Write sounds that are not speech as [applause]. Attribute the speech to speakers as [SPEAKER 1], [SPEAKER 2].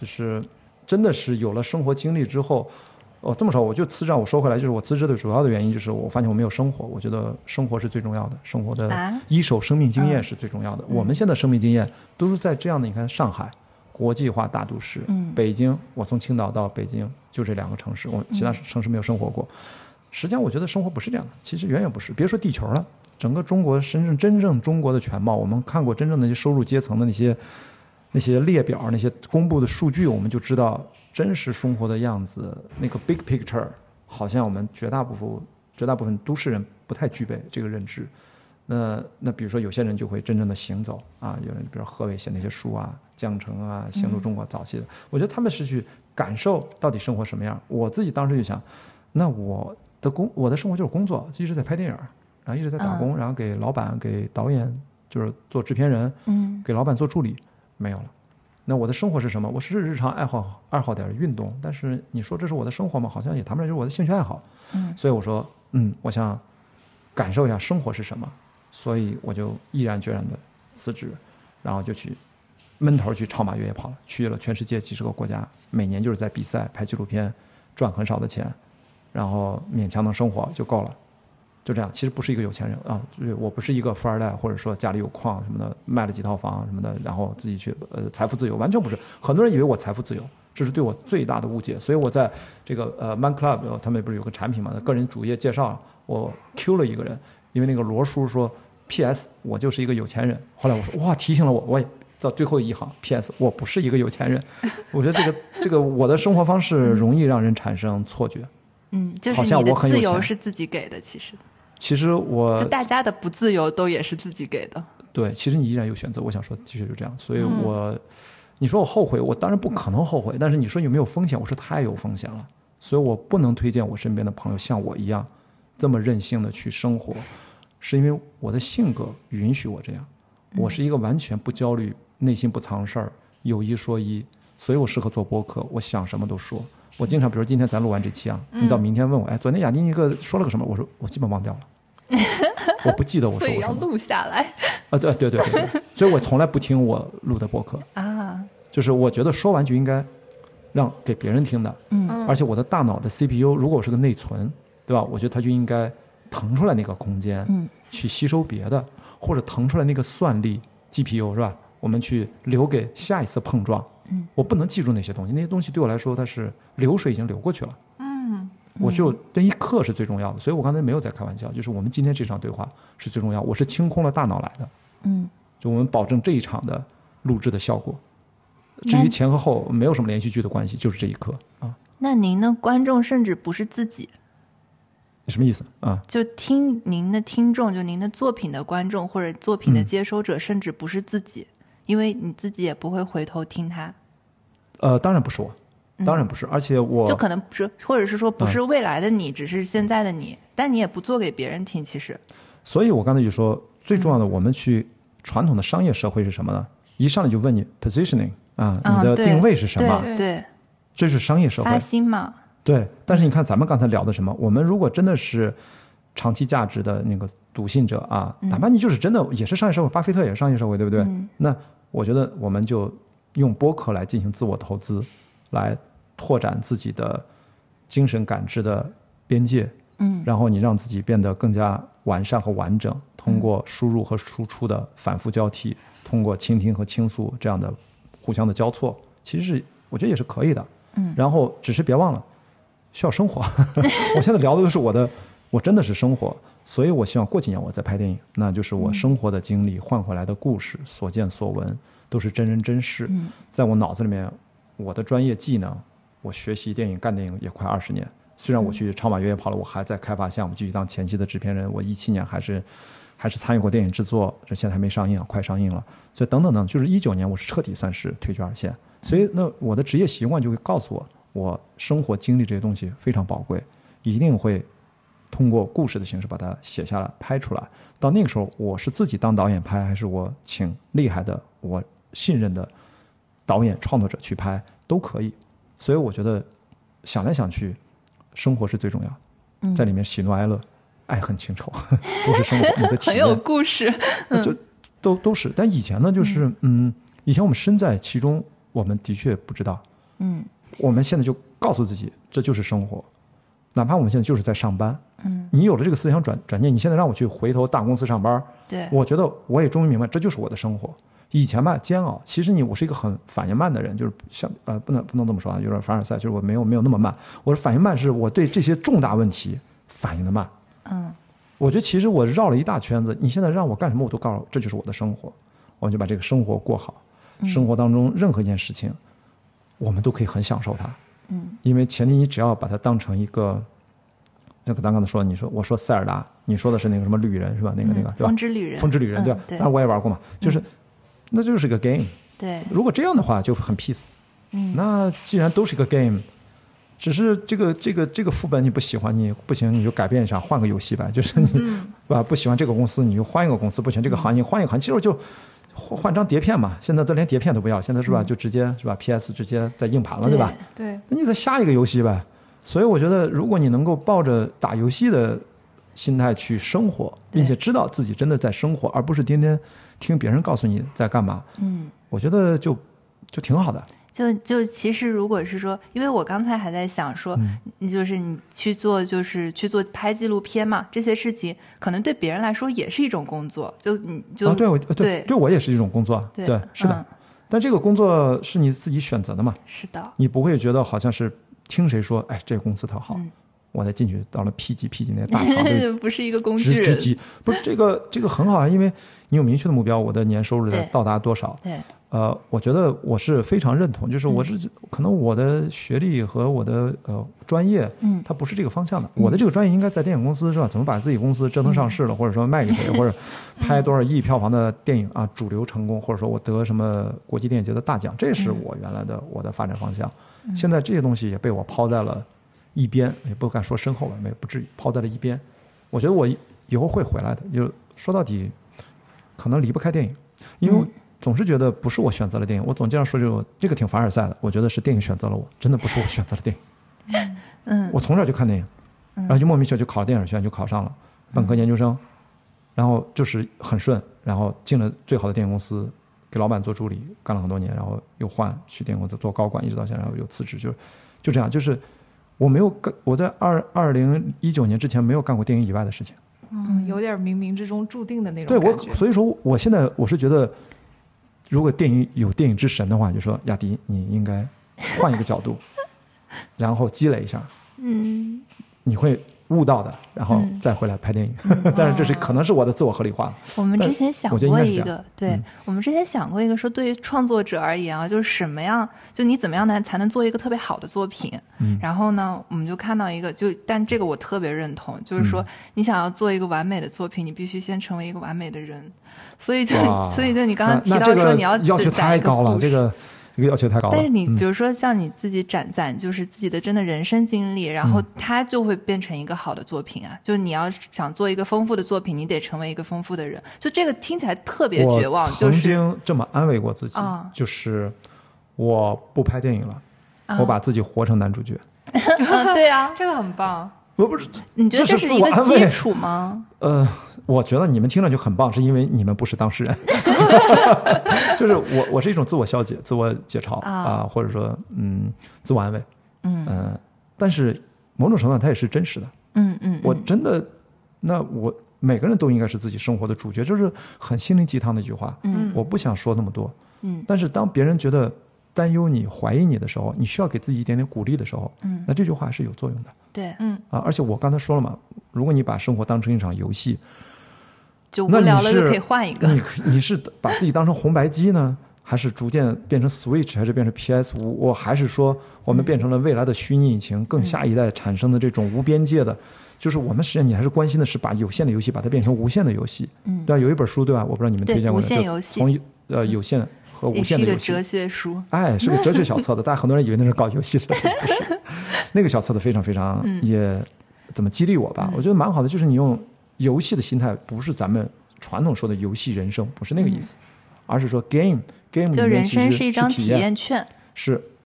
[SPEAKER 1] 就是真的是有了生活经历之后，哦，这么说我就辞职啊，我说回来，就是我辞职的主要的原因就是我发现我没有生活，我觉得生活是最重要的，生活的
[SPEAKER 2] 啊
[SPEAKER 1] 一手生命经验是最重要的。我们现在生命经验都是在这样的，你看上海国际化大都市，
[SPEAKER 2] 嗯
[SPEAKER 1] 北京，我从青岛到北京就这两个城市，我其他城市没有生活过。实际上，我觉得生活不是这样的，其实远远不是。别说地球了，整个中国深圳真正中国的全貌，我们看过真正的那些收入阶层的那些那些列表、那些公布的数据，我们就知道真实生活的样子。那个 big picture，好像我们绝大部分绝大部分都市人不太具备这个认知。那那比如说有些人就会真正的行走啊，有人比如何伟写那些书啊，《江城》啊，《行走中国》早期的，我觉得他们是去感受到底生活什么样。我自己当时就想，那我的工我的生活就是工作，一直在拍电影儿，然后一直在打工，然后给老板、给导演就是做制片人，
[SPEAKER 2] 嗯
[SPEAKER 1] 给老板做助理，没有了。那我的生活是什么？我是日常爱好爱好点儿运动，但是你说这是我的生活吗？好像也谈不上，就是我的兴趣爱好。
[SPEAKER 2] 嗯
[SPEAKER 1] 所以我说，嗯，我想感受一下生活是什么，所以我就毅然决然的辞职，然后就去闷头去超马越野跑了，去了全世界几十个国家，每年就是在比赛、拍纪录片，赚很少的钱，然后勉强能生活就够了。就这样，其实不是一个有钱人啊，就是我不是一个富二代，或者说家里有矿什么的，卖了几套房什么的，然后自己去呃财富自由，完全不是。很多人以为我财富自由，这是对我最大的误解。所以我在这个呃 Man Club 呃他们不是有个产品嘛，个人主页介绍我 Q 了一个人，因为那个罗叔说 P.S. 我就是一个有钱人。后来我说哇提醒了我，我也到最后一行 P.S. 我不是一个有钱人。我觉得这个这个我的生活方式容易让人产生错觉。
[SPEAKER 2] 嗯，就
[SPEAKER 1] 好
[SPEAKER 2] 是
[SPEAKER 1] 像
[SPEAKER 2] 你的
[SPEAKER 1] 我很有
[SPEAKER 2] 自由
[SPEAKER 1] 钱
[SPEAKER 2] 是自己给的，其实
[SPEAKER 1] 其实我
[SPEAKER 2] [laughs] 就大家的不自由都也是自己给的。
[SPEAKER 1] 对，其实你依然有选择。我想说，的确就这样。所以
[SPEAKER 2] 嗯
[SPEAKER 1] 我，你说我后悔，我当然不可能后悔。但是你说有没有风险？我说太有风险了。所以我不能推荐我身边的朋友像我一样这么任性的去生活，是因为我的性格允许我这样。
[SPEAKER 2] 嗯
[SPEAKER 1] 我是一个完全不焦虑、内心不藏事儿、有一说一，所以我适合做播客。我想什么都说。我经常，比如今天咱录完这期啊，你
[SPEAKER 2] 嗯
[SPEAKER 1] 到明天问我，哎，昨天雅迪尼克说了个什么？我说我基本忘
[SPEAKER 2] [laughs]
[SPEAKER 1] 掉了，我不记得我说
[SPEAKER 2] 所以
[SPEAKER 1] 过
[SPEAKER 2] 要
[SPEAKER 1] 什么。
[SPEAKER 2] 录下来
[SPEAKER 1] [laughs] 啊，对对对对，对所以我从来不听我录的播客，
[SPEAKER 2] [laughs] 啊，
[SPEAKER 1] 就是我觉得说完就应该让给别人听的，
[SPEAKER 2] 嗯，
[SPEAKER 1] 而且我的大脑的 CPU 如果我是个内存，对吧？我觉得它就应该腾出来那个空间，
[SPEAKER 2] 嗯，
[SPEAKER 1] 去吸收别的，或者腾出来那个算力 GPU 是吧？我们去留给下一次碰撞，
[SPEAKER 2] 嗯，
[SPEAKER 1] 我不能记住那些东西，那些东西对我来说它是流水已经流过去了。我只有那一刻是最重要的，所以我刚才没有在开玩笑，就是我们今天这场对话是最重要，我是清空了大脑来的，
[SPEAKER 2] 嗯，
[SPEAKER 1] 就我们保证这一场的录制的效果。
[SPEAKER 2] 那
[SPEAKER 1] 至于前和后没有什么连续剧的关系，就是这一刻啊，
[SPEAKER 2] 那您的观众甚至不是自己，
[SPEAKER 1] 什么意思啊？
[SPEAKER 2] 就听您的听众，就您的作品的观众或者作品的接收者，甚至不是自己，因为你自己也不会回头听他，
[SPEAKER 1] 呃，当然不是我，当然不是，而且我
[SPEAKER 2] 就可能不是，或者是说不是未来的你，只是现在的你，但你也不做给别人听，其实，
[SPEAKER 1] 所以我刚才就说，最重要
[SPEAKER 2] 嗯
[SPEAKER 1] 的，我们去传统的商业社会是什么呢？一上来就问你 positioning 啊，
[SPEAKER 2] 啊
[SPEAKER 1] 你的
[SPEAKER 2] 对
[SPEAKER 1] 定位是什么？
[SPEAKER 2] 对对，
[SPEAKER 1] 这是商业社会
[SPEAKER 2] 发。心嘛，
[SPEAKER 1] 对，但是你看咱们刚才聊的什么？我们如果真的是长期价值的那个笃信者啊，哪怕你就是真的也是商业社会，巴菲特也是商业社会，对不对？那我觉得我们就用播客来进行自我投资，来拓展自己的精神感知的边界。嗯，然后你让自己变得更加完善和完整，通过输入和输出的反复交替，通过倾听和倾诉这样的互相的交错，其实是我觉得也是可以的。嗯，然后只是别忘了，需要生活。我现在聊的就是我的，我真的是生活，所以我希望过几年我再拍电影，那就是我生活的经历换回来的故事，所见所闻都是真人真事。在我脑子里面，我的专业技能，我学习电影干电影也快二十年。虽然我去超马越野跑了，我还在开发项目，继续当前期的制片人。我一七年还是还是参与过电影制作，这现在还没上映啊，快上映了。所以等等等，就是一九年我是彻底算是退居二线。所以那我的职业习惯就会告诉我，我生活经历这些东西非常宝贵，一定会通过故事的形式把它写下来、拍出来。到那个时候，我是自己当导演拍，还是我请厉害的、我信任的导演、创作者去拍，都可以。所以我觉得想来想去，生活是最重要
[SPEAKER 2] 嗯
[SPEAKER 1] 的，在里面喜怒哀乐、爱恨情仇 [laughs] 都是生活你的体
[SPEAKER 2] [laughs] 很
[SPEAKER 1] 验
[SPEAKER 2] 有。故事，
[SPEAKER 1] 嗯就都都是。但以前呢，就是嗯，以前我们身在其中，我们的确不知道。
[SPEAKER 2] 嗯
[SPEAKER 1] 我们现在就告诉自己，这就是生活，哪怕我们现在就是在上班。
[SPEAKER 2] 嗯，
[SPEAKER 1] 你有了这个思想转转念，你现在让我去回头大公司上班，
[SPEAKER 2] 对，
[SPEAKER 1] 我觉得我也终于明白，这就是我的生活。以前吧，煎熬。其实你，我是一个很反应慢的人，就是像呃，不能不能这么说啊，有点凡尔赛，就是我没有没有那么慢。我说反应慢是我对这些重大问题反应的慢。
[SPEAKER 2] 嗯
[SPEAKER 1] 我觉得其实我绕了一大圈子，你现在让我干什么，我都告诉我这就是我的生活，我们就把这个生活过好。生活当中任何一件事情，我们都可以很享受它，
[SPEAKER 2] 嗯
[SPEAKER 1] 因为前提你只要把它当成一个，那个刚刚的说，你说我说塞尔达，你说的是那个什么旅人是吧？那个那个
[SPEAKER 2] 嗯
[SPEAKER 1] 对吧
[SPEAKER 2] 风？之旅人，
[SPEAKER 1] 风之旅人
[SPEAKER 2] 嗯
[SPEAKER 1] 对吧？当然我也玩过嘛，就是那就是个 game。
[SPEAKER 2] 对，
[SPEAKER 1] 如果这样的话就很 peace。
[SPEAKER 2] 嗯
[SPEAKER 1] 那既然都是个 game，只是这个这个这个副本你不喜欢，你不行你就改变一下，换个游戏呗。就是你、
[SPEAKER 2] 嗯
[SPEAKER 1] 对 [laughs] 吧？不喜欢这个公司，你就换一个公司；不喜欢这个行业，换一个行业。其实就换换张碟片嘛，现在都连碟片都不要，现在
[SPEAKER 2] 嗯
[SPEAKER 1] 是吧？就直接是吧？PS 直接在硬盘了，对吧？
[SPEAKER 3] 对，
[SPEAKER 1] 那你再下一个游戏呗。所以我觉得，如果你能够抱着打游戏的心态去生活，
[SPEAKER 2] 对
[SPEAKER 1] 并且知道自己真的在生活，而不是天天听别人告诉你在干嘛，
[SPEAKER 2] 嗯，
[SPEAKER 1] 我觉得就就挺好的。
[SPEAKER 2] 就就其实如果是说，因为我刚才还在想说，
[SPEAKER 1] 嗯
[SPEAKER 2] 你就是你去做，就是去做拍纪录片嘛，这些事情可能对别人来说也是一种工作，就你就、
[SPEAKER 1] 啊，对，我对
[SPEAKER 2] 对
[SPEAKER 1] 对我也是一种工作，啊
[SPEAKER 2] 对
[SPEAKER 1] 是的、
[SPEAKER 2] 嗯
[SPEAKER 1] 但这个工作是你自己选择的嘛，
[SPEAKER 2] 是的，
[SPEAKER 1] 你不会觉得好像是听谁说，哎，这个公司特好，
[SPEAKER 2] 嗯
[SPEAKER 1] 我再进去到了 P 级 P 级那些大
[SPEAKER 2] [laughs]
[SPEAKER 1] 行队
[SPEAKER 2] 不是一个工具
[SPEAKER 1] 直直
[SPEAKER 2] 人，
[SPEAKER 1] 级，不是这个这个很好啊，因为你有明确的目标，我的年收入
[SPEAKER 2] 对
[SPEAKER 1] 得到达多少，
[SPEAKER 2] 对，
[SPEAKER 1] 呃，我觉得我是非常认同，就是
[SPEAKER 2] 嗯
[SPEAKER 1] 我是、可能我的学历和我的呃专业，
[SPEAKER 2] 嗯嗯
[SPEAKER 1] 它不是这个方向的。我的这个专业应该在电影公司是吧？怎么把自己公司折腾上市了，或者说卖给谁，或者拍多少亿票房的电影啊，主流成功，或者说我得什么国际电影节的大奖，这
[SPEAKER 2] 嗯
[SPEAKER 1] 是我原来的我的发展方向。现在这些东西也被我抛在了一边，也不敢说身后吧，没不至于抛在了一边。我觉得我以后会回来的，就说到底，可能离不开电影，因为我总是觉得不是我选择了电影，我总经常说这个这个挺凡尔赛的，我觉得是电影选择了我，真的不是我选择了电影。
[SPEAKER 2] 嗯
[SPEAKER 1] 我从小就看电影，然后就莫名其妙就考了电影学院，就考上了本科研究生，然后就是很顺，然后进了最好的电影公司，给老板做助理，干了很多年，然后又换去电影公司做高管，一直到现在，然后又辞职，就是就这样，就是我没有干，我在二二零一九年之前没有干过电影以外的事情。
[SPEAKER 3] 嗯，有点冥冥之中注定的那
[SPEAKER 1] 对
[SPEAKER 3] 种
[SPEAKER 1] 我
[SPEAKER 3] 感觉，。
[SPEAKER 1] 所以说我现在我是觉得，如果电影有电影之神的话，就说亚迪，你应该换一个角度，
[SPEAKER 2] [laughs]
[SPEAKER 1] 然后积累一下，
[SPEAKER 2] 嗯，
[SPEAKER 1] 你会悟到的，然后再回来拍电影。
[SPEAKER 2] 嗯
[SPEAKER 1] [laughs] 但是这是可能是我的自我合理化，
[SPEAKER 2] 我们之
[SPEAKER 1] 但
[SPEAKER 2] 前想
[SPEAKER 1] 我觉得应
[SPEAKER 2] 过
[SPEAKER 1] 该是这
[SPEAKER 2] 一
[SPEAKER 1] 样嗯
[SPEAKER 2] 个，对、我们之前想过一个，说对于创作者而言啊，就是什么样，就你怎么样才才能做一个特别好的作品。
[SPEAKER 1] 嗯
[SPEAKER 2] 然后呢，我们就看到一个，就但这个我特别认同，就是说、
[SPEAKER 1] 嗯
[SPEAKER 2] 你想要做一个完美的作品，你必须先成为一个完美的人。所以就
[SPEAKER 1] 哇
[SPEAKER 2] 所以就你刚刚提
[SPEAKER 1] 那
[SPEAKER 2] 到
[SPEAKER 1] 那这
[SPEAKER 2] 说
[SPEAKER 1] 个
[SPEAKER 2] 你要
[SPEAKER 1] 要求
[SPEAKER 2] 攒
[SPEAKER 1] 太
[SPEAKER 2] 一个
[SPEAKER 1] 高了，
[SPEAKER 2] 故
[SPEAKER 1] 这
[SPEAKER 2] 事
[SPEAKER 1] 个这个要求太高了。
[SPEAKER 2] 但是你
[SPEAKER 1] 嗯
[SPEAKER 2] 比如说像你自己攒攒，就是自己的真的人生经历，然
[SPEAKER 1] 嗯
[SPEAKER 2] 后它就会变成一个好的作品啊。就是你要想做一个丰富的作品，你得成为一个丰富的人。就这个听起来特别绝望
[SPEAKER 1] 我，曾
[SPEAKER 2] 就是
[SPEAKER 1] 经这么安慰过自己，
[SPEAKER 2] 啊
[SPEAKER 1] 就是我不拍电影了，
[SPEAKER 2] 啊
[SPEAKER 1] 我把自己活成男主角。
[SPEAKER 2] 嗯， [laughs] 对啊，
[SPEAKER 3] 这个很棒，
[SPEAKER 1] 我不是，
[SPEAKER 2] 你觉得
[SPEAKER 1] 这是
[SPEAKER 2] 是一个
[SPEAKER 1] 自我安慰
[SPEAKER 2] 基础吗？
[SPEAKER 1] 呃，我觉得你们听着就很棒，是因为你们不是当事人。 [laughs] 就是我，我是一种自我消解、自我解嘲
[SPEAKER 2] 啊
[SPEAKER 1] 啊、或者说嗯，自我安慰。
[SPEAKER 2] 嗯
[SPEAKER 1] 呃但是某种程度上它也是真实的。
[SPEAKER 2] 嗯嗯，
[SPEAKER 1] 我
[SPEAKER 2] 嗯
[SPEAKER 1] 真的，那我每个人都应该是自己生活的主角，就是很心灵鸡汤的一句话。
[SPEAKER 2] 嗯
[SPEAKER 1] 我不想说那么多。
[SPEAKER 2] 嗯，
[SPEAKER 1] 但是当别人觉得担忧你、怀疑你的时候，你需要给自己一点点鼓励的时候，
[SPEAKER 2] 嗯，
[SPEAKER 1] 那这句话是有作用的
[SPEAKER 2] 对，
[SPEAKER 3] 嗯，
[SPEAKER 1] 啊。而且我刚才说了嘛，如果你把生活当成一场游戏，
[SPEAKER 2] 就无
[SPEAKER 1] 那你嗯
[SPEAKER 2] 聊了就是可以换一个。
[SPEAKER 1] 你你是把自己当成红白机呢，还是逐渐变成 Switch，还是变成 PS 五？我还是说我们变成了未来的虚拟引擎，更下一代产生的这种无边界的，就是我们实际上你还是关心的是把有限的游戏把它变成无限的游戏。
[SPEAKER 2] 嗯，
[SPEAKER 1] 对吧？啊有一本书对吧？我不知道你们
[SPEAKER 2] 对
[SPEAKER 1] 推荐过
[SPEAKER 2] 无
[SPEAKER 1] 没有就
[SPEAKER 2] 限游戏
[SPEAKER 1] 从呃有限和
[SPEAKER 2] 也
[SPEAKER 1] 无
[SPEAKER 2] 是
[SPEAKER 1] 限的
[SPEAKER 2] 一个
[SPEAKER 1] 游戏
[SPEAKER 2] 哲。学书。
[SPEAKER 1] 哎，是个哲学小册子，但很多人以为那是搞游戏的，其实不是。那个小册子非常非常也怎么激励我吧，我觉得蛮好的，就是你用游戏的心态，不是咱们传统说的游戏人生，不是那个意思，而是说 game game
[SPEAKER 2] 就
[SPEAKER 1] 嗯里面
[SPEAKER 2] 人
[SPEAKER 1] 其
[SPEAKER 2] 生
[SPEAKER 1] 实
[SPEAKER 2] 是一张
[SPEAKER 1] 体
[SPEAKER 2] 体验券，
[SPEAKER 1] 是